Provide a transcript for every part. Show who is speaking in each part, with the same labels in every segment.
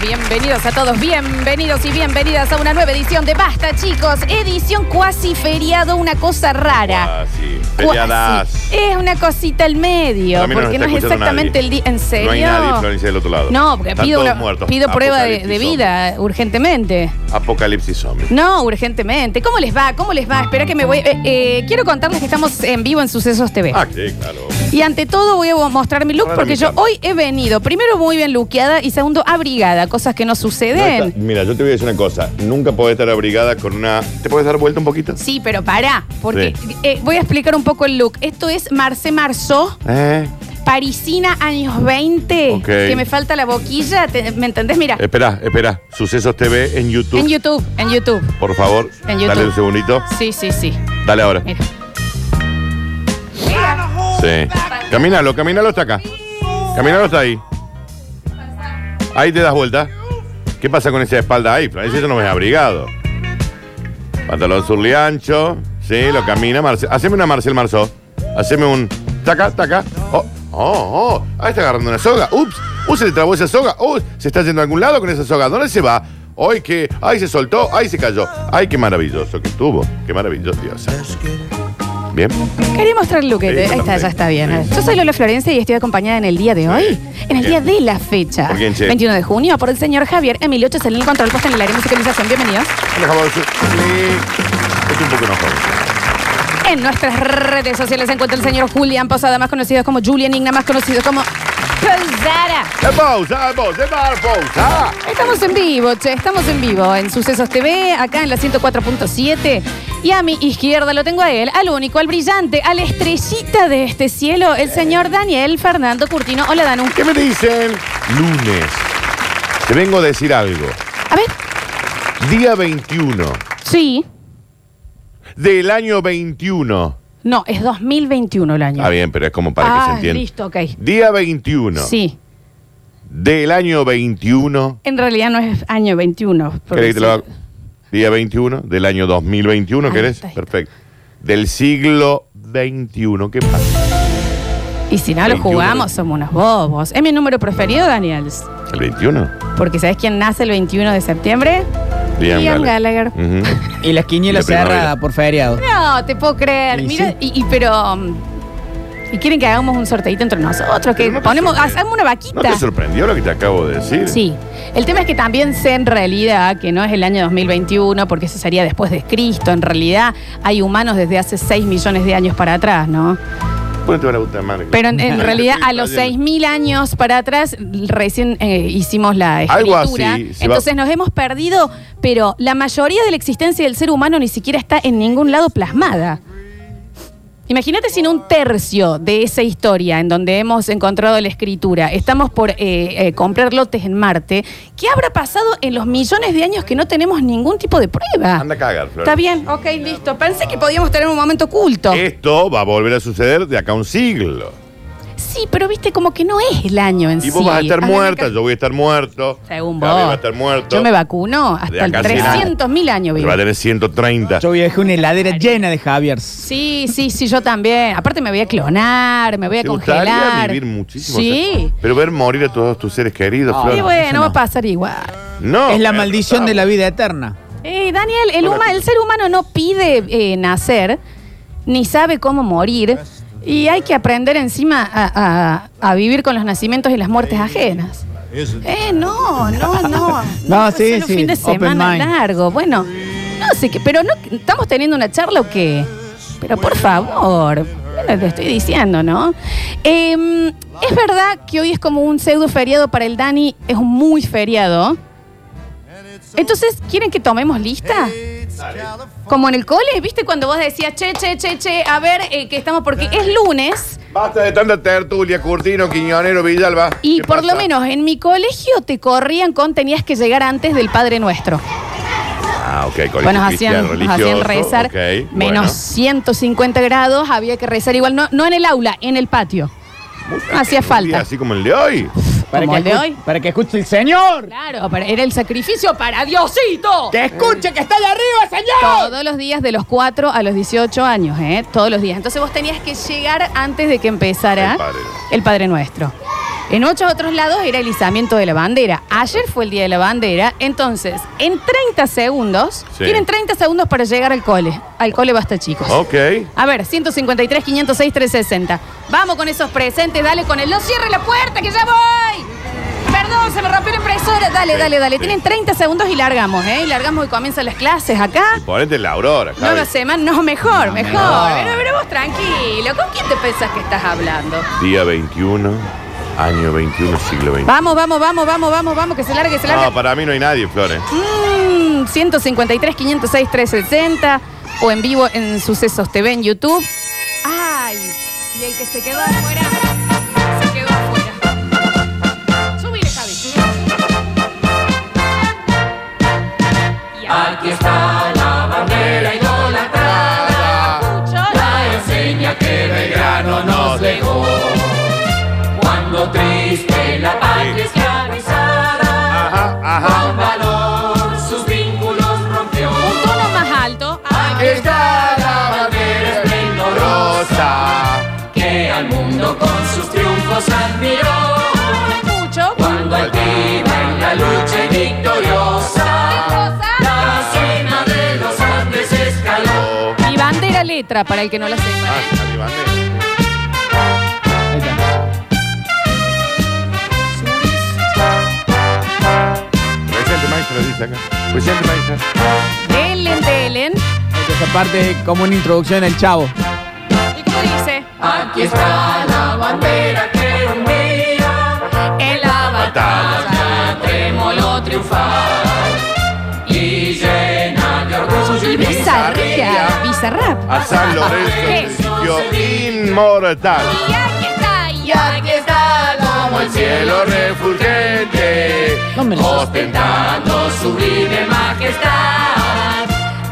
Speaker 1: bienvenidos a todos, bienvenidos y bienvenidas a una nueva edición de Basta, chicos. Edición cuasi feriado, una cosa rara.
Speaker 2: Ah, sí. Peleadas.
Speaker 1: Cuasi. Es una cosita al medio,
Speaker 2: Para mí no
Speaker 1: Eh,
Speaker 2: nos
Speaker 1: porque no
Speaker 2: está
Speaker 1: es
Speaker 2: escuchando
Speaker 1: exactamente
Speaker 2: nadie.
Speaker 1: el día. ¿En serio?
Speaker 2: No hay nadie, Florencia, del otro lado.
Speaker 1: No, porque
Speaker 2: Están
Speaker 1: pido,
Speaker 2: todos
Speaker 1: una-
Speaker 2: muertos. Ah,
Speaker 1: pido prueba de, de
Speaker 2: Apocalipsis
Speaker 1: vida urgentemente.
Speaker 2: zombie. Apocalipsis zombie.
Speaker 1: No, urgentemente. ¿Cómo les va? ¿Cómo les va? Espera que me voy. Eh, eh, quiero contarles que estamos en vivo en Sucesos TV.
Speaker 2: Ah, sí, claro.
Speaker 1: Y ante todo voy a mostrar mi look
Speaker 2: Ahora
Speaker 1: porque
Speaker 2: me
Speaker 1: yo
Speaker 2: encanta.
Speaker 1: hoy he venido, primero muy bien luqueada y segundo abrigada, cosas que no
Speaker 2: No
Speaker 1: suceden.
Speaker 2: está- mira, yo te voy a decir una cosa. Nunca podés estar abrigada con una. ¿Te podés dar vuelta un poquito?
Speaker 1: Sí, pero pará, porque
Speaker 2: Sí.
Speaker 1: eh, voy a explicar un poco el look. Esto es Marce Marceau,
Speaker 2: ¿Eh?
Speaker 1: parisina, años 20,
Speaker 2: Ok.
Speaker 1: que me falta la boquilla, te- ¿me entendés? Mira,
Speaker 2: Esperá, esperá. Sucesos TV en YouTube.
Speaker 1: en YouTube, en YouTube.
Speaker 2: Por favor,
Speaker 1: En YouTube. Este.
Speaker 2: dale un segundito.
Speaker 1: Sí, sí, sí.
Speaker 2: Dale ahora.
Speaker 1: Mira. Mira.
Speaker 2: Sí. Camínalo, camínalo hasta acá. Camínalo hasta ahí. Ahí te das vuelta. ¿Qué pasa con esa espalda ahí, Florencia? Eso no me es abrigado. Pantalón surli ancho. Sí, lo camina. Marce- Haceme una Marcel Marceau. Haceme un taca, taca. Oh, oh, oh. Ahí está agarrando una soga. Ups. Uy, se le trabó esa soga. Uy, se está yendo a algún lado con esa soga. ¿Dónde se va? Ay, que. Ay, se soltó. Ay, se cayó. Ay, qué maravilloso que estuvo. Qué maravilloso, Dios. Bien.
Speaker 1: Quería mostrar el look. eh,
Speaker 2: Sí,
Speaker 1: Ahí
Speaker 2: yo
Speaker 1: está,
Speaker 2: también.
Speaker 1: ya está bien.
Speaker 2: Sí.
Speaker 1: Yo soy Lola Florencia y estoy acompañada en el día de hoy, en el
Speaker 2: Bien.
Speaker 1: día de la fecha,
Speaker 2: ¿Por quién, che?
Speaker 1: 21 de junio, por el señor Javier Emilio Chesel en el control post en el área de musicalización. Bienvenidos.
Speaker 2: Hola, Jabón. Sí. Estoy un poco enojado.
Speaker 1: En nuestras redes sociales se encuentra el señor Julián Posada, más conocido como Julian Igna, más conocido como Posada.
Speaker 2: ¡Es pausa! ¡Es pausa! ¡Es pausa! pausa!
Speaker 1: Estamos en vivo, che, estamos en vivo en Sucesos TV, acá en la 104.7. Y a mi izquierda lo tengo a él, al único, al brillante, a la estrellita de este cielo, el señor Daniel Fernando Curtino. Hola, Danu.
Speaker 2: ¿Qué me dicen? Lunes. Te vengo a decir algo.
Speaker 1: A ver,
Speaker 2: Día 21
Speaker 1: sí.
Speaker 2: del año 21.
Speaker 1: No, es 2021 el año.
Speaker 2: Está bien, pero es como para que
Speaker 1: Ah,
Speaker 2: se entienda.
Speaker 1: listo, ok.
Speaker 2: Día 21
Speaker 1: Sí.
Speaker 2: del año 21.
Speaker 1: En realidad no es año 21. porque
Speaker 2: ¿Querés que te lo
Speaker 1: sí.
Speaker 2: haga? Día 21 del año 2021,
Speaker 1: Ahí
Speaker 2: ¿querés?
Speaker 1: está, ahí está.
Speaker 2: Perfecto. Del siglo 21. ¿Qué pasa?
Speaker 1: Y si no lo
Speaker 2: 21.
Speaker 1: jugamos, somos unos bobos. Es mi número preferido, Daniels.
Speaker 2: ¿El 21?
Speaker 1: Porque ¿sabes quién nace el 21 de septiembre?
Speaker 2: Liam
Speaker 1: Liam Gallagher.
Speaker 2: Gallagher. Ujú.
Speaker 3: Y las quinielas
Speaker 2: Y la primavera.
Speaker 3: cerradas por feriado.
Speaker 1: No, te puedo creer.
Speaker 3: Y
Speaker 1: Mira,
Speaker 3: sí.
Speaker 1: y, y pero. um, ¿Y quieren que hagamos un sorteito entre nosotros? Que
Speaker 2: Pero no te
Speaker 1: ponemos.
Speaker 2: sorprende.
Speaker 1: Hacemos una
Speaker 2: ¿No
Speaker 1: vaquita.
Speaker 2: te sorprendió lo que te acabo de decir?
Speaker 1: Sí. El tema es que también sé en realidad que no es el año 2021, porque eso sería después de Cristo. En realidad hay humanos desde hace 6 millones de años para atrás, ¿no?
Speaker 2: Bueno, te van a gustar más.
Speaker 1: Pero en, en
Speaker 2: Ay,
Speaker 1: realidad
Speaker 2: sí,
Speaker 1: a los
Speaker 2: está bien.
Speaker 1: 6.000 años para atrás recién eh, hicimos la
Speaker 2: Algo
Speaker 1: escritura.
Speaker 2: así, se va-
Speaker 1: entonces nos hemos perdido, pero la mayoría de la existencia del ser humano ni siquiera está en ningún lado plasmada. Imagínate sin un tercio de esa historia en donde hemos encontrado la escritura, estamos por eh, eh, comprar lotes en Marte, ¿qué habrá pasado en los millones de años que no tenemos ningún tipo de prueba?
Speaker 2: Anda a cagar, Flor.
Speaker 1: Está bien, ok, listo. Pensé que podíamos tener un momento oculto.
Speaker 2: Esto va a volver a suceder de acá a un siglo.
Speaker 1: Sí, pero viste, como que no es el año en sí.
Speaker 2: Y vos vas a estar
Speaker 1: Hagan
Speaker 2: muerta,
Speaker 1: acá-
Speaker 2: yo voy a estar muerto.
Speaker 1: Según vos.
Speaker 2: Gaby va a estar muerto.
Speaker 1: Yo me vacuno
Speaker 2: De
Speaker 1: hasta el
Speaker 2: acá a cien años.
Speaker 1: 300.000 años
Speaker 2: Pero
Speaker 1: vivo.
Speaker 2: Va a tener 130.
Speaker 3: Yo viajé una heladera llena de Javiers.
Speaker 1: Sí, sí, sí, yo también. Aparte me voy a clonar, me voy a
Speaker 2: Te gustaría
Speaker 1: congelar.
Speaker 2: vivir muchísimo.
Speaker 1: Sí.
Speaker 2: o sea, pero ver morir a todos tus seres queridos,
Speaker 3: Ah.
Speaker 1: Y
Speaker 2: Flor.
Speaker 1: bueno,
Speaker 3: Eso no.
Speaker 1: va a pasar igual.
Speaker 2: No.
Speaker 3: Es la
Speaker 2: pero
Speaker 3: maldición
Speaker 2: estamos.
Speaker 3: de la vida eterna.
Speaker 1: Eh, Daniel, el, huma- el ser humano no pide eh, nacer, ni sabe cómo morir, y hay que aprender encima a, a- a vivir con los nacimientos y las muertes ajenas. Eh, no, no, no.
Speaker 3: No, sí,
Speaker 1: Hacer un
Speaker 3: sí,
Speaker 1: fin de
Speaker 3: open
Speaker 1: semana
Speaker 3: mind.
Speaker 1: largo. Bueno, no sé qué, pero no estamos teniendo una charla o qué. Pero por favor, bueno, te estoy diciendo, ¿no? Eh, es verdad que hoy es como un pseudo feriado para el Dani, es un muy feriado. Entonces, ¿quieren que tomemos lista? Como en el cole, ¿viste? Cuando vos decías, che, che, che, che, a ver, eh, que estamos, porque es lunes
Speaker 2: Basta de tanta tertulia, Curtino, Quiñonero, Villalba.
Speaker 1: y
Speaker 2: ¿Qué
Speaker 1: por lo
Speaker 2: pasa?
Speaker 1: menos en mi colegio te corrían con tenías que llegar antes del Padre Nuestro.
Speaker 2: Ah, ok, colegio
Speaker 1: Bueno, nos hacían,
Speaker 2: cristiano,
Speaker 1: nos hacían
Speaker 2: religioso,
Speaker 1: rezar
Speaker 2: ok,
Speaker 1: menos
Speaker 2: bueno.
Speaker 1: 150 grados, había que rezar igual, no, no en el aula, en el patio. No hacía
Speaker 2: Un día
Speaker 1: falta.
Speaker 2: Así como el de hoy.
Speaker 3: Para
Speaker 1: Como
Speaker 3: que,
Speaker 1: el de
Speaker 3: escu-
Speaker 1: hoy.
Speaker 3: para que escuche el señor.
Speaker 1: Claro, pero era el sacrificio para Diosito.
Speaker 3: Que escuche que está allá arriba, señor.
Speaker 1: Todos los días de los 4 a los 18 años, ¿eh? Todos los días. Entonces vos tenías que llegar antes de que empezara
Speaker 2: El Padre.
Speaker 1: el Padre Nuestro. En muchos otros lados era el izamiento de la bandera. Ayer fue el día de la bandera. Entonces, en 30 segundos,
Speaker 2: Sí.
Speaker 1: tienen 30 segundos para llegar al cole. Al cole basta, chicos.
Speaker 2: Ok.
Speaker 1: A ver, 153, 506, 360. Vamos con esos presentes, dale con el. ¡No cierre la puerta que ya voy! Perdón, se me rompió la impresora. Dale,
Speaker 2: Sí,
Speaker 1: dale, dale.
Speaker 2: sí.
Speaker 1: Tienen 30 segundos y largamos, ¿eh? Y largamos y comienzan las clases acá.
Speaker 2: Ponete la aurora, Javi.
Speaker 1: Nueva semana, no, mejor, mejor.
Speaker 3: mejor.
Speaker 1: Pero, pero vos tranquilo, ¿con quién te pensás que estás hablando?
Speaker 2: Día 21, año 21, siglo 20.
Speaker 1: Vamos, vamos, vamos, vamos, vamos, vamos, que se largue, que se largue.
Speaker 2: No, para mí no hay nadie, Flores.
Speaker 1: Mm, 153, 506, 360 o en vivo en Sucesos TV en YouTube. ¡Ay! Y el que se quedó afuera, se quedó afuera. Subile, Javi. Y aquí está la bandera idolatrada. Mucho la
Speaker 4: enseña que Belgrano nos dejó. Cuando triste la patria esclavizada,
Speaker 2: Ajá,
Speaker 4: con valor sus vínculos rompió.
Speaker 1: Un tono más alto. Ay,
Speaker 4: Aquí está la bandera esplendorosa,
Speaker 2: Rosa.
Speaker 4: que al mundo con sus triunfos admiró.
Speaker 1: mucho.
Speaker 4: Cuando activa en la lucha y victoriosa, la cima de los Andes escaló.
Speaker 2: Oh,
Speaker 1: Mi bandera letra, para el que no la sepa.
Speaker 2: ah, está mi bandera.
Speaker 3: Ahí está.
Speaker 2: Presente, maestra, dice acá. Presente, maestra.
Speaker 1: Delen, delen.
Speaker 3: Esa parte es como una introducción al chavo.
Speaker 1: ¿Y cómo dice?
Speaker 4: Aquí está la bandera que un día
Speaker 1: En la batalla
Speaker 4: tremoló triunfal y llena de orgullo y
Speaker 1: Bizarría,
Speaker 4: bizarría.
Speaker 1: bizarrap.
Speaker 2: A San Lorenzo se sintió inmortal.
Speaker 1: Y aquí está, y aquí
Speaker 4: está
Speaker 2: Como el cielo refulgente.
Speaker 3: No me lo-
Speaker 4: ostentando sublime majestad.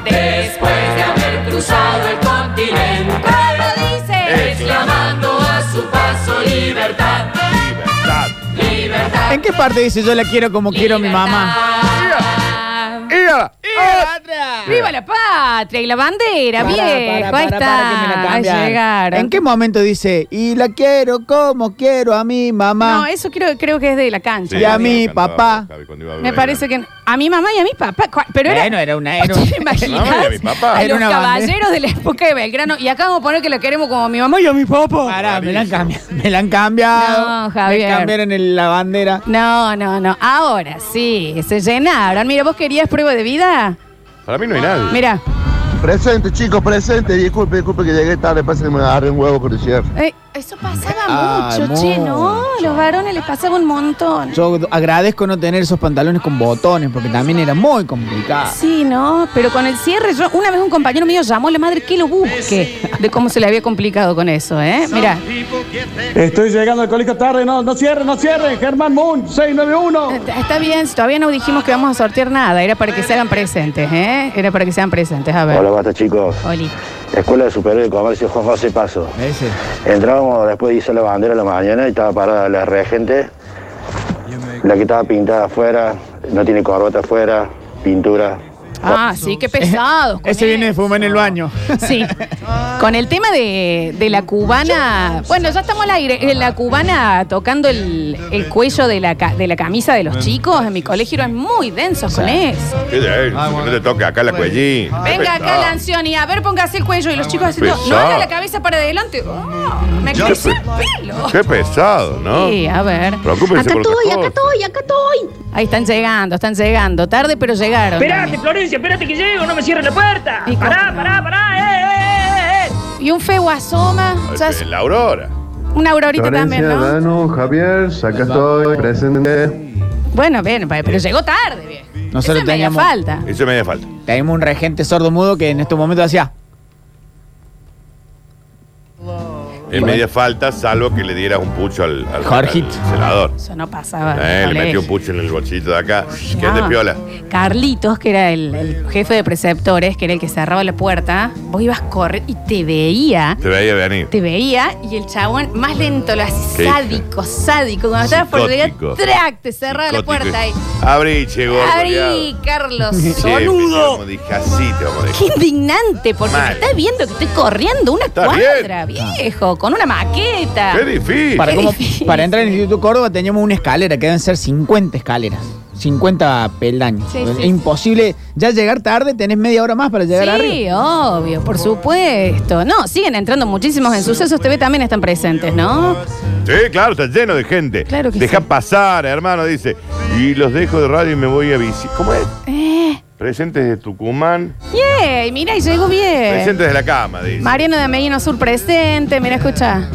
Speaker 4: Después de haber cruzado el continente,
Speaker 1: dice.
Speaker 4: exclamando a su paso libertad,
Speaker 2: Libertad.
Speaker 4: libertad.
Speaker 3: ¿En qué parte dice yo la quiero como quiero a mi mamá?
Speaker 1: Ah,
Speaker 2: ¡Ira!
Speaker 1: ¡Viva la patria y la bandera!
Speaker 3: Para,
Speaker 1: Viejo,
Speaker 3: para, para,
Speaker 1: ahí
Speaker 3: para que me la
Speaker 1: está. Ahí
Speaker 3: cambian.
Speaker 1: llegaron.
Speaker 3: ¿En qué momento dice, y la quiero como quiero a mi mamá?
Speaker 1: No, eso creo, creo que es de la cancha.
Speaker 3: Sí. Y a mí, papá.
Speaker 1: Me parece que. A mi mamá y a mi papá. ¿cuál? Pero era.
Speaker 3: Bueno, era una- era
Speaker 1: ¿Te
Speaker 3: un-
Speaker 1: imaginas?
Speaker 2: Mamá y a mi papá.
Speaker 1: A
Speaker 3: Era
Speaker 1: los
Speaker 3: una bandera.
Speaker 1: caballeros de la época de Belgrano. Y acá vamos a poner que lo queremos como a mi mamá y a mi papá.
Speaker 3: Pará, me la han
Speaker 2: Rarísimo.
Speaker 3: cambiado. Me la han cambiado.
Speaker 1: No, Javier.
Speaker 3: Me cambiaron el- la bandera.
Speaker 1: No, no, no. Ahora sí, se llenaron. Mira, vos querías prueba de vida.
Speaker 2: Para mí no hay nadie.
Speaker 1: Mira.
Speaker 5: Presente, chicos, presente. Disculpe, disculpe que llegué tarde. Pase que me agarré un huevo con cierre.
Speaker 1: Eh, eso pasaba
Speaker 3: Ah,
Speaker 1: mucho, che, ¿no?
Speaker 3: mucho.
Speaker 1: Los varones les pasaba un montón.
Speaker 3: Yo agradezco no tener esos pantalones con botones, porque también era muy complicado.
Speaker 1: Sí, ¿no? Pero con el cierre, yo, una vez un compañero mío llamó a la madre que lo busque de cómo se le había complicado con eso, ¿eh? Mira,
Speaker 6: Estoy llegando al colegio tarde, no, no cierren, no cierren. Germán Moon, 691.
Speaker 1: está bien, todavía no dijimos que vamos a sortear nada, era para que se hagan presentes, ¿eh? Era para que sean presentes, a ver.
Speaker 7: Hola, basta chicos.
Speaker 1: Oli.
Speaker 7: Escuela de Superior de Comercio Juan José Paso.
Speaker 3: Ese.
Speaker 7: Entrábamos después hizo la bandera a la mañana y estaba parada la regente. La que estaba pintada afuera, no tiene corbata afuera, pintura.
Speaker 1: Ah, sí, qué pesado. con
Speaker 3: Ese viene de
Speaker 1: eso.
Speaker 3: fumar en el baño.
Speaker 1: Sí. Con el tema de, de la cubana. Bueno, ya estamos al aire. Eh, La cubana tocando el, el cuello de la, ca- de la camisa de los chicos. En mi colegio eran muy densos con eso.
Speaker 2: ¿Qué de él? No te toca acá la cuellín.
Speaker 1: Venga acá, Lancioni, a ver, póngase el cuello. Y los chicos haciendo. No
Speaker 2: pesado.
Speaker 1: haga la cabeza para adelante. Oh, me
Speaker 2: Ya
Speaker 1: creció el
Speaker 2: sé.
Speaker 1: pelo.
Speaker 2: Qué pesado, ¿no?
Speaker 1: Sí, a ver.
Speaker 2: Preocúpense
Speaker 8: Acá
Speaker 2: por otras
Speaker 8: estoy, acá
Speaker 2: cosas.
Speaker 8: estoy, acá estoy.
Speaker 1: Ahí están llegando, están llegando. Tarde, pero llegaron.
Speaker 9: Espérate, Florencia, espérate que llego, no me cierres la puerta.
Speaker 1: Y
Speaker 9: Pará,
Speaker 1: cómo no.
Speaker 9: pará, pará, eh, eh, eh, eh.
Speaker 1: Y un feo asoma. ya es
Speaker 2: Ay, La aurora.
Speaker 1: una aurorita también, ¿no?
Speaker 5: Danu, Javier, acá estoy, presente.
Speaker 1: Bueno, bien, pa- pero llegó tarde, viejo.
Speaker 3: Nosotros
Speaker 1: Eso me haría
Speaker 3: teníamos-
Speaker 1: falta.
Speaker 2: Eso me hace falta.
Speaker 3: Tenemos un regente sordo mudo que en estos momentos hacía.
Speaker 2: En media falta, salvo que le dieras un pucho al, al,
Speaker 3: Jorgito.
Speaker 2: al celador.
Speaker 1: Eso no pasaba.
Speaker 2: Eh, le
Speaker 1: Colegio.
Speaker 2: metió un pucho en el bolsito de acá. Que es de
Speaker 1: Ah.
Speaker 2: piola.
Speaker 1: Carlitos, que era el, el jefe de preceptores, que era el que cerraba la puerta, vos ibas a correr y te veía,
Speaker 2: Te veía venir.
Speaker 1: te veía, y el chabón más lento, lo así
Speaker 2: ¿Qué?
Speaker 1: sádico, sádico. Cuando estabas por llegar,
Speaker 2: Psicótico.
Speaker 1: track, te cerraba la
Speaker 2: Psicótico.
Speaker 1: puerta ahí.
Speaker 2: Abrí, che, gordo.
Speaker 1: Ari,
Speaker 2: liado.
Speaker 1: Carlos,
Speaker 2: Che,
Speaker 1: saludo.
Speaker 2: Como dije, así te vamos a
Speaker 1: Qué
Speaker 2: dejar.
Speaker 1: indignante, porque
Speaker 2: Mal.
Speaker 1: me estás viendo que estoy corriendo una
Speaker 2: Está
Speaker 1: cuadra, viejo, con una maqueta.
Speaker 2: Qué difícil.
Speaker 3: Para,
Speaker 1: Qué
Speaker 3: cómo-
Speaker 1: difícil.
Speaker 3: para entrar en el Instituto Córdoba teníamos una escalera, que deben ser 50 escaleras, 50 peldaños.
Speaker 1: Sí,
Speaker 3: es
Speaker 1: sí,
Speaker 3: imposible. Ya llegar tarde, tenés media hora más para llegar arriba.
Speaker 1: Sí, ¿eh? obvio, por supuesto. No, siguen entrando muchísimos en Sucesos TV, también están presentes, ¿no?
Speaker 2: Sí, claro, está lleno de gente.
Speaker 1: Claro que
Speaker 2: Deja
Speaker 1: sí.
Speaker 2: pasar, hermano, dice. Y los dejo de radio y me voy a bici. ¿Cómo es?
Speaker 1: Eh,
Speaker 2: Presentes de Tucumán.
Speaker 1: yay, mira, y llegó bien.
Speaker 2: Presentes de la cama, dice.
Speaker 1: Mariano de Ameguino Sur presente, mira, escucha.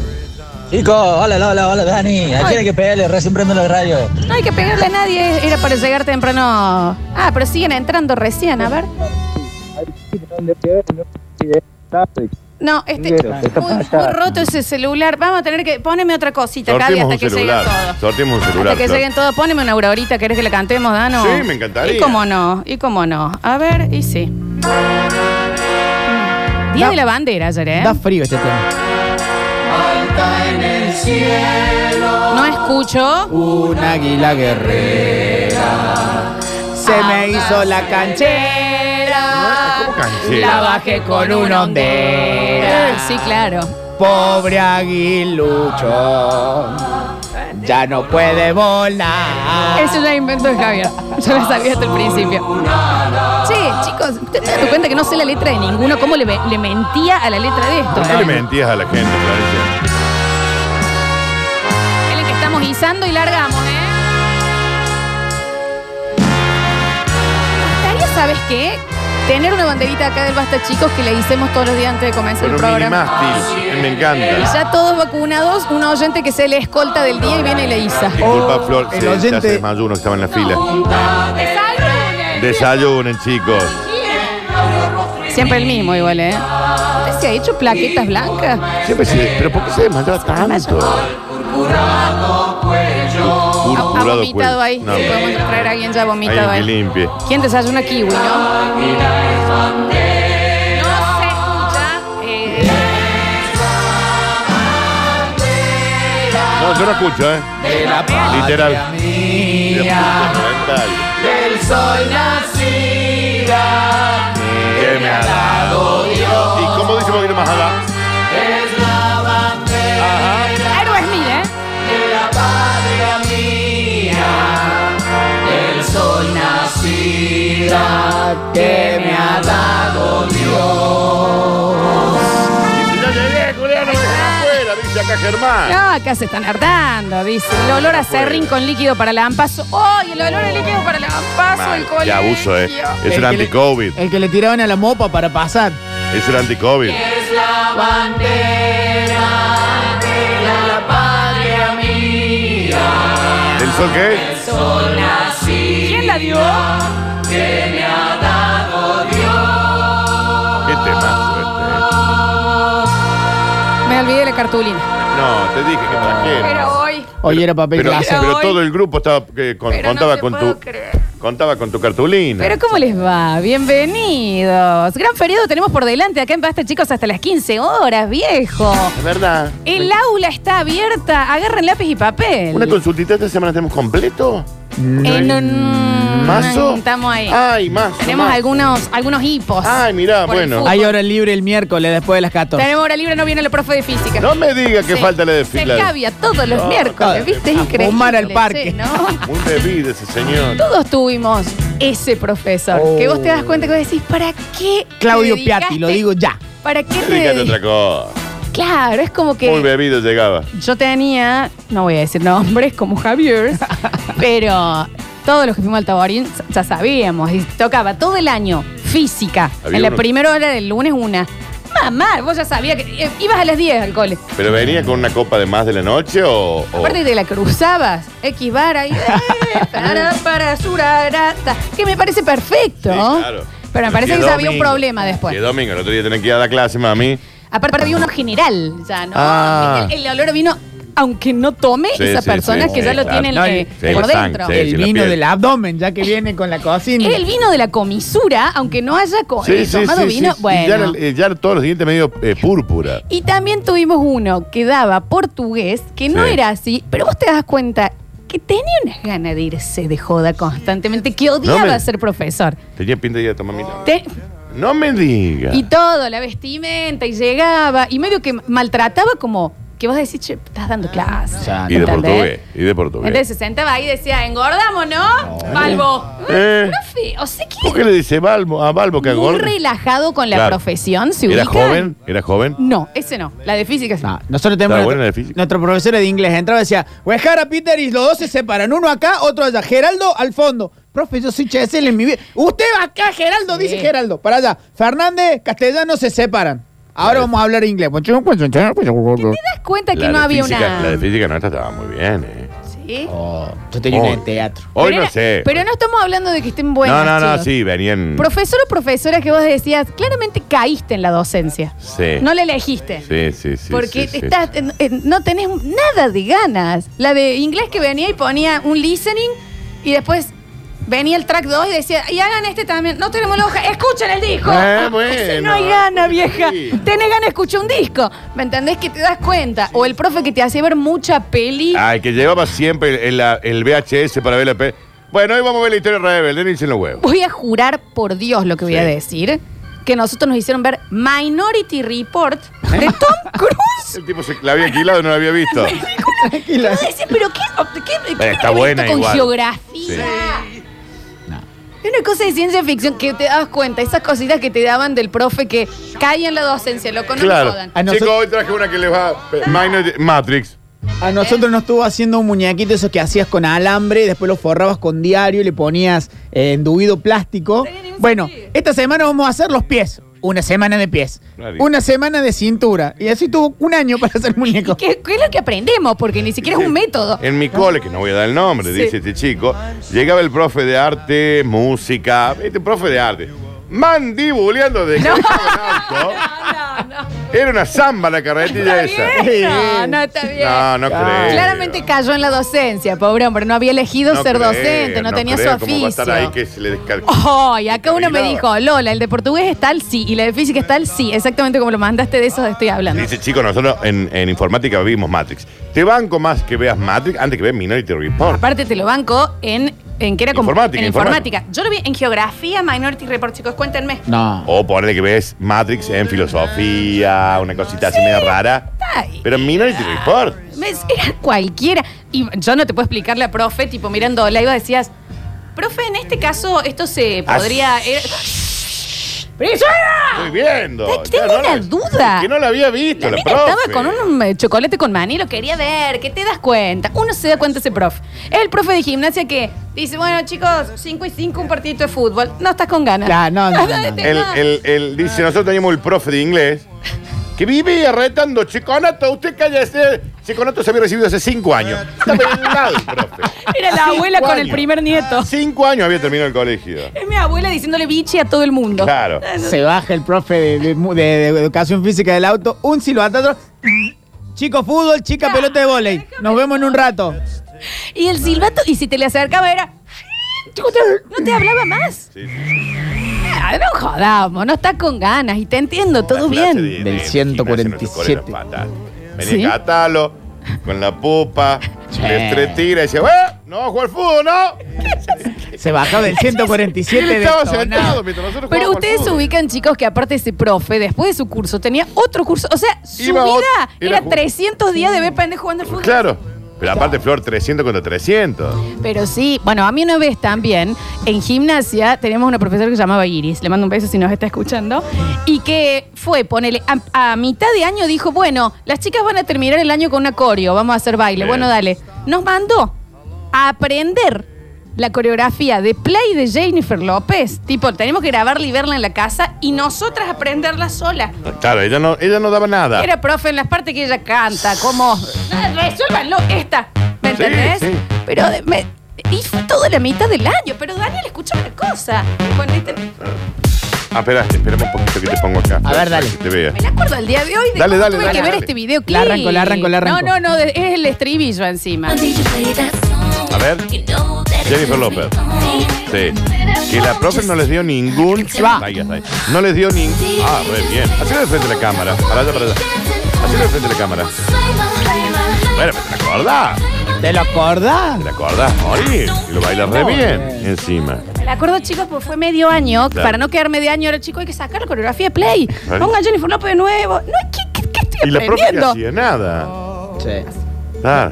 Speaker 8: Chicos, hola, hola, hola, Dani.
Speaker 1: Ay.
Speaker 8: Ayer hay que pegarle, recién prendo la radio.
Speaker 1: No hay que pegarle a nadie, era para llegar temprano. Ah, pero siguen entrando recién, a ver. No, este. Muy, muy roto ese celular. Vamos a tener que. Poneme otra cosita, Gaby,
Speaker 2: Sorteemos
Speaker 1: hasta
Speaker 2: un
Speaker 1: que
Speaker 2: celular.
Speaker 1: lleguen todos.
Speaker 2: Sorteemos un celular.
Speaker 1: Hasta que
Speaker 2: Flor.
Speaker 1: lleguen todos, poneme una aurorita, ¿querés que le cantemos, Dano?
Speaker 2: Sí, me encantaría.
Speaker 1: Y cómo no, y cómo no. A ver, y sí. Día
Speaker 3: Mm. Da-
Speaker 1: de la bandera ayer, ¿eh?
Speaker 3: Da frío este tema.
Speaker 1: No escucho.
Speaker 3: Un águila guerrera. Se me hizo la canchera.
Speaker 2: ¿Cómo canchero?
Speaker 3: La bajé con una hondera.
Speaker 1: Eh, Sí, claro.
Speaker 3: Pobre aguilucho. Ya no puede volar.
Speaker 1: Eso ya inventó el Javier. Yo lo sabía hasta el principio. Che, chicos, ¿ustedes se dan cuenta que no sé la letra de ninguno? ¿Cómo le, ve- le mentía a la letra de esto?
Speaker 2: ¿Por qué le mentías a la gente, Florencia?
Speaker 1: Es el que estamos guisando y largamos, ¿eh? Me gustaría, ¿sabes qué? Tener una banderita acá del Basta Chicos que le hicimos todos los días antes de comenzar
Speaker 2: Con
Speaker 1: el
Speaker 2: un
Speaker 1: programa.
Speaker 2: minimástil. eh, Me
Speaker 1: Y
Speaker 2: encanta.
Speaker 1: ya todos vacunados, un oyente que se le escolta del día y viene y le guisa.
Speaker 2: Disculpa, Flor.
Speaker 3: el
Speaker 2: se- ya
Speaker 3: oyente-
Speaker 2: se desmayó uno que estaba en la fila.
Speaker 1: Desayunen.
Speaker 2: Desayunen, chicos.
Speaker 1: Siempre el mismo igual, ¿eh? ¿Usted se ha hecho plaquetas blancas?
Speaker 2: Siempre se... ¿Pero por qué se desmayaba tanto?
Speaker 1: Ha, ha
Speaker 2: Curculado
Speaker 1: vomitado
Speaker 2: cuello.
Speaker 1: ahí.
Speaker 2: No,
Speaker 1: Si podemos traer a alguien ya vomitado
Speaker 2: Alguien que
Speaker 1: ahí.
Speaker 2: limpie.
Speaker 1: ¿Quién desayuna kiwi, no? No se escucha. eh,
Speaker 2: No, yo no escucho, ¿eh? Literal.
Speaker 8: El sol nacida
Speaker 2: Que me ha dado Dios. ¿Y cómo dice un poquito más allá?
Speaker 8: es la bandera
Speaker 2: Ajá.
Speaker 1: Héroes mil, ¿eh?
Speaker 8: de la patria mía. El sol nacida que me ha dado
Speaker 2: Dice, ya llegué, Juliano, me dejás afuera, dice acá Germán.
Speaker 1: No, acá se están hartando, dice. El olor a serrín con líquido para lampazo. ¡Ay, el olor a líquido para lampazo! El
Speaker 2: Mal,
Speaker 1: colegio.
Speaker 2: Qué abuso, ¿eh? Es el
Speaker 3: El que le-
Speaker 2: anti-COVID.
Speaker 3: El que le tiraban a la mopa para pasar.
Speaker 2: Es el anti-COVID.
Speaker 8: es la bandera de la patria mía.
Speaker 2: ¿El sol qué es?
Speaker 8: Sol nacida
Speaker 1: ¿Quién la dio?
Speaker 8: que me ha dado Dios.
Speaker 2: ¿Qué temazo este? eh?
Speaker 1: Me olvidé la cartulina.
Speaker 2: No, te dije que trajera.
Speaker 1: Pero hoy.
Speaker 3: Hoy era papel
Speaker 2: Pero,
Speaker 3: glacé.
Speaker 2: pero
Speaker 1: hoy-
Speaker 2: todo el grupo estaba que con-
Speaker 1: Pero no
Speaker 2: contaba
Speaker 1: te
Speaker 2: con
Speaker 1: puedo
Speaker 2: tu
Speaker 1: creer.
Speaker 2: contaba con tu cartulina.
Speaker 1: Pero ¿cómo les va? Bienvenidos. Gran feriado tenemos por delante acá en Basta, chicos, hasta las 15 horas, viejo.
Speaker 2: es verdad.
Speaker 1: El aula está abierta. Agarren lápiz y papel.
Speaker 2: Una consultita esta semana tenemos completo.
Speaker 1: En un...
Speaker 2: ¿Mazo?
Speaker 1: Estamos ahí.
Speaker 2: Ay, más.
Speaker 1: Tenemos algunos, algunos hipos.
Speaker 2: Ay, mirá,
Speaker 1: Por el
Speaker 2: bueno.
Speaker 1: fútbol.
Speaker 3: Hay hora libre el miércoles después de las 14.
Speaker 1: Tenemos hora libre, no viene el profe de física.
Speaker 2: No me diga que
Speaker 1: Sí.
Speaker 2: falta la de
Speaker 1: Se
Speaker 2: fila.
Speaker 1: cambia todos los
Speaker 2: No,
Speaker 1: miércoles,
Speaker 2: claro.
Speaker 1: ¿viste? Es
Speaker 2: A
Speaker 1: increíble.
Speaker 3: fumar al parque.
Speaker 1: che, ¿no?
Speaker 2: Muy bebida ese señor.
Speaker 1: Todos tuvimos ese profesor que vos te das cuenta que vos decís, ¿para qué? te
Speaker 3: Claudio
Speaker 1: dedicaste?
Speaker 3: Piatti, lo digo ya.
Speaker 1: ¿Para qué te
Speaker 2: Dedícate a otra
Speaker 1: dedicaste?
Speaker 2: cosa.
Speaker 1: Claro, es como
Speaker 2: Muy
Speaker 1: que
Speaker 2: bebido llegaba.
Speaker 1: yo tenía, no voy a decir nombres como Javier, pero todos los que fuimos al Taborín ya sabíamos. Y tocaba todo el año física.
Speaker 2: Había
Speaker 1: en la
Speaker 2: uno-
Speaker 1: primera hora del lunes, una. Mamá, vos ya sabías que eh, ibas a las 10 al cole.
Speaker 2: ¿Pero venía con una copa de más de la noche o...? o-
Speaker 1: Aparte de la cruzabas, X vara y eh, tarara, para surarata, que me parece perfecto.
Speaker 2: Sí, claro.
Speaker 1: Pero me parece
Speaker 2: si
Speaker 1: que
Speaker 2: es
Speaker 1: ya había un
Speaker 2: domingo,
Speaker 1: problema
Speaker 2: si es
Speaker 1: después.
Speaker 2: domingo, el otro día tenía que ir a dar clase, mami.
Speaker 1: Aparte había uno general, ya, ¿no?
Speaker 2: Ah.
Speaker 1: El, el olor vino, aunque no tome,
Speaker 2: Sí,
Speaker 1: esas
Speaker 2: sí,
Speaker 1: personas
Speaker 2: sí,
Speaker 1: que
Speaker 2: sí,
Speaker 1: ya lo
Speaker 2: claro.
Speaker 1: tienen
Speaker 3: No,
Speaker 1: eh,
Speaker 2: y- sí,
Speaker 1: por
Speaker 2: la
Speaker 1: dentro.
Speaker 2: sangre, sí.
Speaker 3: el
Speaker 2: la
Speaker 3: vino
Speaker 2: piel.
Speaker 3: del abdomen, ya que viene con la cocina.
Speaker 1: Es el vino de la comisura, aunque no haya co- eh, tomado vino.
Speaker 2: sí. Y ya,
Speaker 1: bueno.
Speaker 2: era- eh, ya todos los dientes medio eh, púrpura.
Speaker 1: Y también tuvimos uno que daba portugués, que no
Speaker 2: Sí.
Speaker 1: era así, pero vos te das cuenta que tenía unas ganas de irse de joda constantemente, que odiaba
Speaker 2: No me-
Speaker 1: ser profesor.
Speaker 2: Tenía pinta de ir a tomar mi
Speaker 1: Te-
Speaker 2: No me digas.
Speaker 1: y todo, la vestimenta, y llegaba, y medio que maltrataba como que vas a decir, che, estás dando clases.
Speaker 3: Ya,
Speaker 2: Y de
Speaker 1: ¿Entendés?
Speaker 2: portugués. Y de portugués.
Speaker 1: Entonces se sentaba ahí y decía, engordamos, ¿no? Balbo.
Speaker 2: Eh.
Speaker 1: Profe, o sea
Speaker 2: ¿Por qué
Speaker 1: que
Speaker 2: le dice Balbo? A Balbo que
Speaker 1: muy
Speaker 2: gordo.
Speaker 1: relajado con la
Speaker 2: Claro.
Speaker 1: profesión, ¿se
Speaker 2: ¿Era
Speaker 1: ubican?
Speaker 2: joven? Ah. ¿Era joven?
Speaker 1: No, ese no, la de física sí.
Speaker 3: No, nosotros tenemos
Speaker 2: Está buena la de
Speaker 3: nuestro,
Speaker 2: física.
Speaker 3: nuestro profesor de inglés. Entraba y decía, Guajara, Peter y los dos se separan. Uno acá, otro allá. Geraldo al fondo. Profe, yo soy Chesel en mi vida. Usted va acá, Geraldo, dice Geraldo. Para allá. Fernández, Castellano se separan. Ahora vamos a hablar inglés.
Speaker 1: ¿Te das cuenta que
Speaker 2: La
Speaker 1: no
Speaker 2: de
Speaker 1: había
Speaker 2: física-
Speaker 1: una...
Speaker 2: La de física no estaba muy bien, eh.
Speaker 1: ¿Sí?
Speaker 3: Oh, yo tenía una de
Speaker 2: Oh.
Speaker 3: teatro.
Speaker 2: Hoy
Speaker 1: Pero
Speaker 2: no
Speaker 1: era-
Speaker 2: sé.
Speaker 1: Pero no estamos hablando de que estén buenas.
Speaker 2: no, no, no,
Speaker 1: chicos.
Speaker 2: sí, venían.
Speaker 1: Profesor o profesora que vos decías, claramente caíste en la docencia.
Speaker 2: Sí.
Speaker 1: No la elegiste.
Speaker 2: Sí, sí, sí.
Speaker 1: Porque
Speaker 2: sí, sí.
Speaker 1: estás, en- en- no tenés nada de ganas. La de inglés que venía y ponía un listening y después venía el track 2 y decía, y hagan este también. No tenemos la hoja, escuchen el disco.
Speaker 2: Eh,
Speaker 1: Ah,
Speaker 2: bueno.
Speaker 1: ese no hay gana, vieja.
Speaker 2: Sí.
Speaker 1: Tenés ganas, escucha un disco. ¿Me entendés que te das cuenta? O el profe que te hace ver mucha peli.
Speaker 2: Ay, que llevaba siempre el, el- el VHS para ver la pe- Bueno, hoy vamos a ver la historia de Rebelde, ni los huevos.
Speaker 1: Voy a jurar por Dios lo que voy
Speaker 2: Sí.
Speaker 1: a decir. Que nosotros nos hicieron ver Minority Report de Tom Cruise.
Speaker 2: El tipo se la había alquilado, no la había visto.
Speaker 1: Yo decía, pero qué, qué- qué tiene que
Speaker 2: está
Speaker 1: ver
Speaker 2: buena
Speaker 1: esto con
Speaker 2: igual.
Speaker 1: geografía. Es una cosa de ciencia ficción que te das cuenta, esas cositas que te daban del profe que cae en la docencia, lo conocen.
Speaker 2: Claro.
Speaker 3: A nosotros-
Speaker 2: Chicos, hoy traje una que les va a. Minor- Matrix.
Speaker 3: A nosotros nos estuvo haciendo un muñequito eso que hacías con alambre, después lo forrabas con diario y le ponías eh, endubido plástico. Bueno, esta semana vamos a hacer los pies. Una semana de pies.
Speaker 2: Claro.
Speaker 3: Una semana de cintura. Y así tuvo un año para hacer muñeco.
Speaker 1: ¿Qué, qué es lo que aprendemos? Porque ni siquiera es un método.
Speaker 2: En mi cole, que no voy a dar el nombre,
Speaker 1: Sí.
Speaker 2: dice este chico, llegaba el profe de arte, música, este profe de arte, mandibuleando de no. alto.
Speaker 1: No, Ah, no,
Speaker 2: Era una zamba la carretilla esa.
Speaker 1: está bien. No, no está bien.
Speaker 2: No, no creo.
Speaker 1: Claramente cayó en la docencia, pobre hombre. No había elegido
Speaker 2: No
Speaker 1: ser
Speaker 2: creo,
Speaker 1: docente, no, tenía
Speaker 2: creo,
Speaker 1: su
Speaker 2: ¿cómo va a
Speaker 1: oficio.
Speaker 2: estar ahí que se le descal-
Speaker 1: Ay, Oh, acá uno me
Speaker 2: descarrilaba?
Speaker 1: dijo, Lola, el de portugués está al sí y la de física está al sí, exactamente como lo mandaste de eso estoy hablando.
Speaker 2: Dice, chico, nosotros en, en informática vimos Matrix. Te banco más que veas Matrix antes que veas Minority Report.
Speaker 1: Aparte te lo banco en, en que era como
Speaker 2: Informática,
Speaker 1: en
Speaker 2: informática.
Speaker 1: informática. Yo lo vi en geografía, Minority Report, chicos, cuéntenme.
Speaker 3: No.
Speaker 2: O ponle que ves Matrix en filosofía, una cosita así media rara.
Speaker 1: Ay.
Speaker 2: Pero Minority Report.
Speaker 1: ¿Ves? Era cualquiera. Y yo no te puedo explicar la profe, tipo mirando la iba decías, profe, en este caso esto se
Speaker 2: Ah,
Speaker 1: podría. era- ¡Pero eso era!
Speaker 2: Estoy viendo.
Speaker 1: Tengo
Speaker 2: Ya, no
Speaker 1: una
Speaker 2: la-
Speaker 1: duda.
Speaker 2: Que no la había visto
Speaker 1: La
Speaker 2: la,
Speaker 1: nena
Speaker 2: profe.
Speaker 1: estaba con un eh, chocolate con maní, lo quería ver, ¿qué te das cuenta? Uno se da cuenta ese profe. Es el profe de gimnasia que dice, bueno, chicos, 5 y 5 un partidito de fútbol. No estás con ganas.
Speaker 3: Claro, no, no, no, no.
Speaker 1: Este,
Speaker 2: El,
Speaker 1: no.
Speaker 2: el- el- dice, nosotros teníamos el profe de inglés que vivía retando, chiconato, usted cállese. Chiconato se había recibido hace cinco años. Está pelado el profe.
Speaker 1: Era la
Speaker 2: Cinco
Speaker 1: abuela con el
Speaker 2: años.
Speaker 1: primer nieto.
Speaker 2: Cinco años había terminado el colegio.
Speaker 1: Es mi abuela diciéndole bichi a todo el mundo.
Speaker 2: Claro.
Speaker 3: Se baja el profe de, de- de- de educación física del auto, un silbatazo. Chico fútbol, chica pelota de volei. Nos vemos en un rato.
Speaker 1: Y el silbato, y si te le acercaba era. Chico, te- No te hablaba más.
Speaker 2: Sí, sí,
Speaker 1: Ah, no jodamos, no estás con ganas. Y te entiendo, todo
Speaker 2: La clase
Speaker 1: bien.
Speaker 2: de-
Speaker 3: Del
Speaker 2: de gimnasia en nuestro cole era
Speaker 3: 147.
Speaker 2: fatal.
Speaker 1: ¿Sí?
Speaker 2: Venía Catalo con la pupa,
Speaker 3: Sí.
Speaker 2: les tres tiras y decía, ¡eh! No, vamos a jugar fútbol, ¿no?
Speaker 3: Se bajaba del
Speaker 2: Él
Speaker 3: 147 de
Speaker 2: estaba sentado mientras
Speaker 1: Pero
Speaker 2: nosotros jugábamos al
Speaker 1: ustedes se
Speaker 2: fútbol.
Speaker 1: ubican, chicos, que aparte ese profe, después de su curso, tenía otro curso. O sea, su
Speaker 2: Iba a ot-
Speaker 1: vida
Speaker 2: era
Speaker 1: era,
Speaker 2: ju-
Speaker 1: 300 días de ver pendejos jugando al fútbol.
Speaker 2: Claro. Pero aparte, Flor, 300 contra 300.
Speaker 1: Pero sí, bueno, a mí una vez también, en gimnasia, tenemos una profesora que se llamaba Iris, le mando un beso si nos está escuchando, y que fue, ponele, a, a mitad de año dijo, bueno, las chicas van a terminar el año con una coreo, vamos a hacer baile,
Speaker 2: Bien.
Speaker 1: bueno, dale. Nos mandó a aprender la coreografía de Play de Jennifer López, tipo, tenemos que grabarla y verla en la casa, y nosotras aprenderla sola.
Speaker 2: Claro, ella no, ella no daba nada.
Speaker 1: Era profe en las partes que ella canta, como. "Ah, Resuélvanlo, esta. ¿Me
Speaker 2: Sí,
Speaker 1: entendés?
Speaker 2: sí.
Speaker 1: Pero de- me- y fue toda la mitad del año, pero Daniel escuchó una cosa. Bueno, este-
Speaker 2: Ah, espera, esperemos un poquito que te pongo acá.
Speaker 3: A ver, dale.
Speaker 2: Que te vea.
Speaker 1: me la acuerdo al día de hoy de
Speaker 2: Dale,
Speaker 1: cómo
Speaker 2: dale,
Speaker 1: tuve
Speaker 2: dale,
Speaker 1: que ver
Speaker 2: dale.
Speaker 1: este video
Speaker 3: La arranco, la arranco, la arranco.
Speaker 1: No, no, no, de- es el estribillo encima.
Speaker 2: A ver. Jennifer López. Sí. Que la profe no les dio ningún. Ahí está, ahí. No les dio ningún. Ah, re bien. Hacelo de frente a la cámara. Para allá, para allá. Hacelo de frente a la cámara. Bueno, pero te acordás.
Speaker 3: ¿Te lo acordás?
Speaker 2: ¿Te la acordás, Mori? Y lo bailas re bien encima.
Speaker 1: Me acuerdo, chicos, porque fue medio año.
Speaker 2: Claro.
Speaker 1: Para no quedarme de año, era chico, hay que sacar la coreografía de Play.
Speaker 2: Claro.
Speaker 1: Pongan Jennifer López de nuevo. No, ¿qué, qué, qué estoy
Speaker 2: Y la propia que
Speaker 1: aprendiendo?
Speaker 2: hacía nada.
Speaker 3: Sí.
Speaker 2: Ah,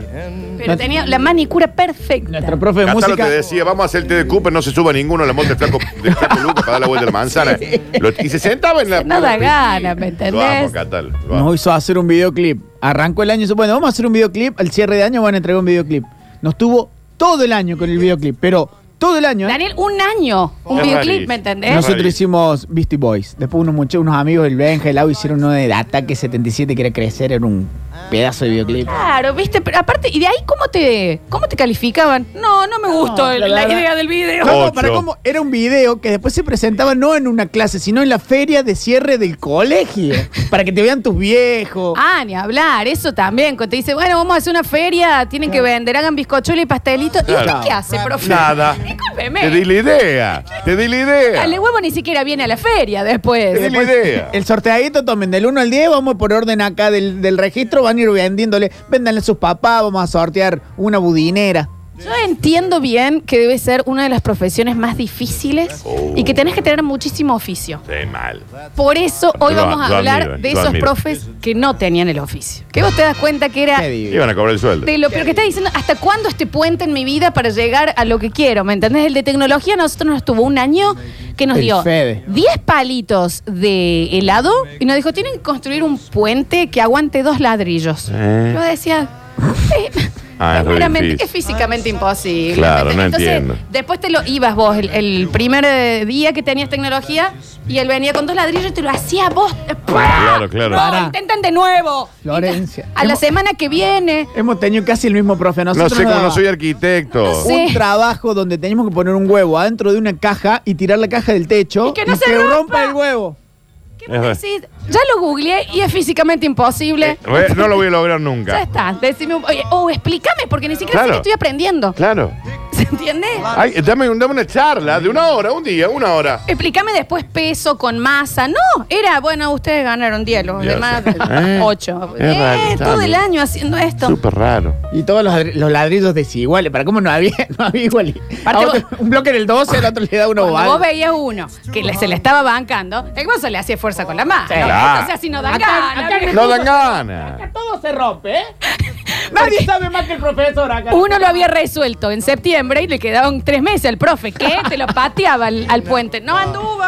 Speaker 1: Pero tenía la manicura perfecta.
Speaker 3: Nuestro profe de
Speaker 2: Catalo
Speaker 3: música.
Speaker 2: te decía, vamos a hacer el té de Cooper, no se suba ninguno en la moto de flaco, de flaco Luca para dar la vuelta a la manzana. Lo- y se sentaba en la.
Speaker 1: No da
Speaker 2: en la
Speaker 1: gana,
Speaker 2: piscina.
Speaker 1: ¿me
Speaker 2: Lo amo,
Speaker 1: entendés?
Speaker 2: Catalo. lo amo.
Speaker 3: Nos hizo hacer un videoclip. Arrancó el año. y dice, Bueno, vamos a hacer un videoclip. Al cierre de año van a entregar un videoclip. Nos tuvo todo el año con el videoclip, pero todo el año. ¿eh?
Speaker 1: Daniel, ¿eh? un año, un
Speaker 2: Es
Speaker 1: videoclip,
Speaker 2: rarísimo.
Speaker 1: ¿me entendés?
Speaker 2: No sé.
Speaker 3: Nosotros
Speaker 2: Rarísimo.
Speaker 3: hicimos Beastie Boys. Después unos, muchachos, unos amigos del Benja, el Lau, hicieron uno de Ataque 77 que era crecer. Era un pedazo de videoclip.
Speaker 1: Claro, viste, pero aparte, ¿y de ahí cómo te, cómo te calificaban? No, no me gustó
Speaker 3: la
Speaker 1: el- la,
Speaker 3: verdad.
Speaker 1: idea del video.
Speaker 3: No, no,
Speaker 2: Ocho.
Speaker 3: para cómo era un video que después se presentaba no en una clase, sino en la feria de cierre del colegio. para que te vean tus viejos.
Speaker 1: Ah, ni hablar, eso también. Cuando te dice, bueno, vamos a hacer una feria, tienen que vender, hagan bizcochuelo y pastelito. ¿Y usted
Speaker 2: Claro.
Speaker 1: qué hace, profe?
Speaker 2: Nada. Te di
Speaker 1: Discúlpeme.
Speaker 2: la idea. Te di la idea.
Speaker 1: El huevo ni siquiera viene a la feria
Speaker 2: Te di
Speaker 1: después.
Speaker 2: la idea.
Speaker 3: El sorteadito tomen del 1 al 10, vamos por orden acá del, del registro, van a ir vendiéndole, véndanle a sus papás, vamos a sortear una budinera.
Speaker 1: Yo entiendo bien que debe ser una de las profesiones más difíciles
Speaker 2: Oh.
Speaker 1: y que tenés que tener muchísimo oficio.
Speaker 2: Sí, mal.
Speaker 1: Por eso hoy
Speaker 2: Yo-
Speaker 1: vamos a
Speaker 2: yo
Speaker 1: hablar
Speaker 2: admiro,
Speaker 1: de
Speaker 2: yo
Speaker 1: esos
Speaker 2: admiro.
Speaker 1: profes que no tenían el oficio. Que vos te das cuenta que era
Speaker 3: Qué divino.
Speaker 2: Iban a cobrar el sueldo.
Speaker 1: de lo pero que estás diciendo, ¿hasta cuándo este puente en mi vida para llegar a lo que quiero? ¿Me entendés? El de tecnología a nosotros nos tuvo un año que nos
Speaker 3: El
Speaker 1: dio
Speaker 3: Fede.
Speaker 1: 10 palitos de helado y nos dijo, tienen que construir un puente que aguante dos ladrillos.
Speaker 2: Eh.
Speaker 1: Yo decía... "Sí".
Speaker 2: Ah, es re
Speaker 1: Seguramente-
Speaker 2: difícil.
Speaker 1: es físicamente imposible.
Speaker 2: Claro,
Speaker 1: ¿entendés?
Speaker 2: no
Speaker 1: Entonces,
Speaker 2: entiendo.
Speaker 1: Después te lo ibas vos, el, el primer eh, día que tenías tecnología, y él venía con dos ladrillos y te lo hacía vos.
Speaker 2: Claro, claro.
Speaker 1: No,
Speaker 3: Pará.
Speaker 1: intentan de nuevo.
Speaker 3: Florencia.
Speaker 1: A la
Speaker 3: Hemos-
Speaker 1: semana que viene.
Speaker 3: Hemos tenido casi el mismo profe.
Speaker 2: No
Speaker 3: Nosotros
Speaker 2: sé
Speaker 3: nos
Speaker 2: cómo no
Speaker 3: daba
Speaker 2: soy arquitecto.
Speaker 1: Sí.
Speaker 3: Un trabajo donde teníamos que poner un huevo adentro de una caja y tirar la caja del techo
Speaker 1: Y que no se
Speaker 3: rompa.
Speaker 1: rompa.
Speaker 3: el huevo.
Speaker 1: ¿Qué
Speaker 2: Es
Speaker 1: me
Speaker 2: verdad.
Speaker 1: decís? Ya lo googleé y es físicamente imposible.
Speaker 2: Eh, re- No lo voy a lograr
Speaker 1: Ya
Speaker 2: nunca.
Speaker 1: está. Decime, un- oye, oh, explícame, porque ni siquiera sé
Speaker 2: Claro.
Speaker 1: que estoy aprendiendo.
Speaker 2: Claro.
Speaker 1: ¿Se entiende?
Speaker 2: Ay, dame, un- dame una charla de una hora, un día, una hora.
Speaker 1: Explícame después peso con masa. No, era, bueno, ustedes ganaron 10, los
Speaker 2: Diez.
Speaker 1: demás
Speaker 2: Eh,
Speaker 1: 8.
Speaker 2: es raro,
Speaker 1: todo el
Speaker 2: también.
Speaker 1: año haciendo esto.
Speaker 2: Súper raro.
Speaker 3: Y todos los, adri- los ladrillos desiguales. ¿Para cómo no había, no había igual?
Speaker 1: Aparte
Speaker 3: A otro- un bloque en el 12, al otro le da uno
Speaker 1: Cuando vos
Speaker 3: oval.
Speaker 1: veías uno que le- se le estaba bancando, el guaso le hacía fuerza con la mano.
Speaker 2: Claro.
Speaker 1: Entonces así no da
Speaker 3: Acá-
Speaker 1: gana,
Speaker 3: acá-
Speaker 1: viejo.
Speaker 2: No dan ganas.
Speaker 3: Todo se rompe, ¿eh?
Speaker 1: Nadie
Speaker 3: sabe más que el profesor acá.
Speaker 1: Uno lo había resuelto en septiembre y le quedaban tres meses al profe, que te lo pateaba al, al puente. No anduvo.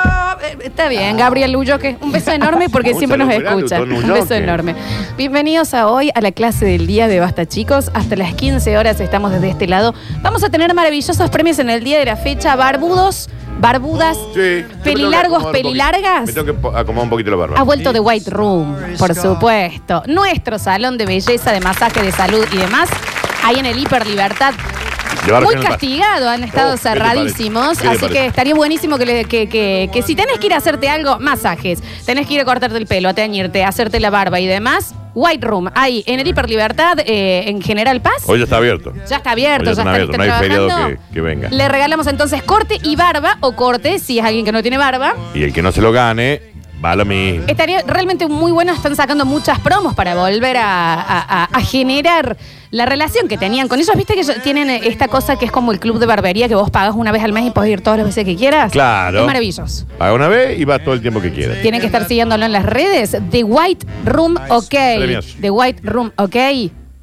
Speaker 1: Eh, Está bien, Gabriel Ulloque. Un beso enorme porque
Speaker 2: Un
Speaker 1: siempre nos
Speaker 2: saludo grande,
Speaker 1: escucha.
Speaker 2: Don
Speaker 1: Un beso
Speaker 2: Ulloque.
Speaker 1: enorme. Bienvenidos a hoy a la clase del día de Basta Chicos. Hasta las 15 horas estamos desde este lado. Vamos a tener maravillosos premios en el día de la fecha. Barbudos, barbudas,
Speaker 2: Sí.
Speaker 1: pelilargos,
Speaker 2: Me
Speaker 1: pelilargas. Ah,
Speaker 2: tengo que po- acomodar un poquito la barba.
Speaker 1: Ha vuelto The White Room, por supuesto. Nuestro salón de belleza, de masaje, de salud y demás, ahí en el Hiper Libertad.
Speaker 2: Llevar
Speaker 1: Muy
Speaker 2: gente al
Speaker 1: castigado, han estado
Speaker 2: Oh, ¿qué te
Speaker 1: cerradísimos,
Speaker 2: parece? ¿Qué te
Speaker 1: así que
Speaker 2: parece?
Speaker 1: estaría buenísimo que, le- que- que- que si tenés que ir a hacerte algo, masajes, tenés que ir a cortarte el pelo, a teñirte, a hacerte la barba y demás, White Room, ahí en el Hiper Libertad, eh, en General Paz.
Speaker 2: Hoy ya está abierto.
Speaker 1: Ya está abierto,
Speaker 2: Hoy
Speaker 1: ya está,
Speaker 2: ya están abiertos,
Speaker 1: está
Speaker 2: no hay feriado
Speaker 1: trabajando.
Speaker 2: que- que venga.
Speaker 1: Le regalamos entonces corte y barba, o corte si es alguien que no tiene barba.
Speaker 2: Y el que no se lo gane, va a lo mismo.
Speaker 1: Estaría realmente muy bueno, están sacando muchas promos para volver a, a- a- a generar la relación que tenían con ellos. Viste que ellos tienen esta cosa que es como el club de barbería que vos pagas una vez al mes y podés ir todas las veces que quieras.
Speaker 2: Claro.
Speaker 1: Es maravilloso.
Speaker 2: Paga una vez y va todo el tiempo que quiera.
Speaker 1: Tienen que estar siguiéndolo en las redes. The White Room OK.
Speaker 2: Premios.
Speaker 1: The White Room OK.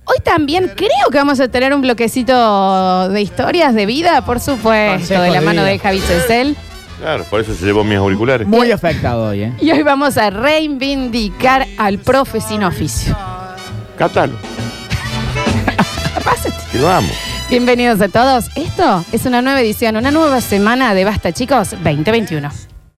Speaker 1: Hoy también creo que vamos a tener un bloquecito de historias de vida, por supuesto,
Speaker 3: Consejos
Speaker 1: de la
Speaker 3: de
Speaker 1: mano
Speaker 3: vida.
Speaker 1: de Javi Chesel.
Speaker 2: Claro, por eso se llevó mis auriculares.
Speaker 3: Muy afectado hoy, ¿eh?
Speaker 1: Y hoy vamos a reivindicar al profe sin oficio.
Speaker 2: Cátalo,
Speaker 1: Pásate.
Speaker 2: que lo amo.
Speaker 1: Bienvenidos a todos. Esto es una nueva edición, una nueva semana de Basta, chicos, 2021.